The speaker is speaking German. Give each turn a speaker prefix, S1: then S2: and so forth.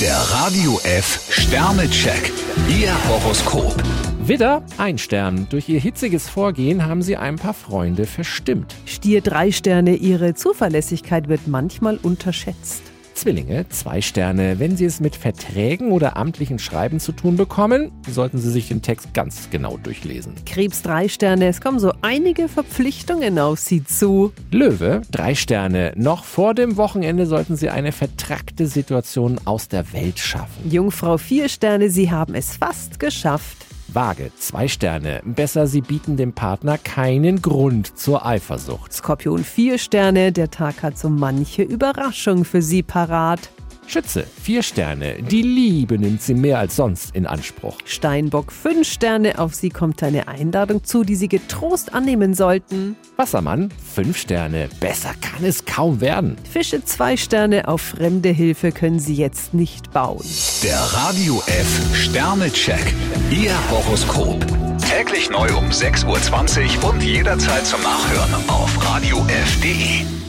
S1: Der Radio F Sternecheck. Ihr Horoskop.
S2: Widder, ein Stern. Durch ihr hitziges Vorgehen haben sie ein paar Freunde verstimmt.
S3: Stier drei Sterne, Ihre Zuverlässigkeit wird manchmal unterschätzt.
S2: Zwillinge, zwei Sterne. Wenn sie es mit Verträgen oder amtlichen Schreiben zu tun bekommen, sollten sie sich den Text ganz genau durchlesen.
S3: Krebs drei Sterne, es kommen so einige Verpflichtungen auf Sie zu.
S2: Löwe, drei Sterne. Noch vor dem Wochenende sollten sie eine vertrackte Situation aus der Welt schaffen.
S3: Jungfrau vier Sterne, Sie haben es fast geschafft.
S2: Waage, zwei Sterne. Besser, sie bieten dem Partner keinen Grund zur Eifersucht.
S3: Skorpion vier Sterne, der Tag hat so manche Überraschung für Sie parat.
S2: Schütze, vier Sterne. Die Liebe nimmt sie mehr als sonst in Anspruch.
S3: Steinbock fünf Sterne, auf Sie kommt eine Einladung zu, die Sie getrost annehmen sollten.
S2: Wassermann, fünf Sterne. Besser kann es kaum werden.
S3: Fische zwei Sterne, auf fremde Hilfe können Sie jetzt nicht bauen.
S1: Der Radio F Sternecheck. Ihr Horoskop. Täglich neu um 6.20 Uhr und jederzeit zum Nachhören auf Radio radiof.de.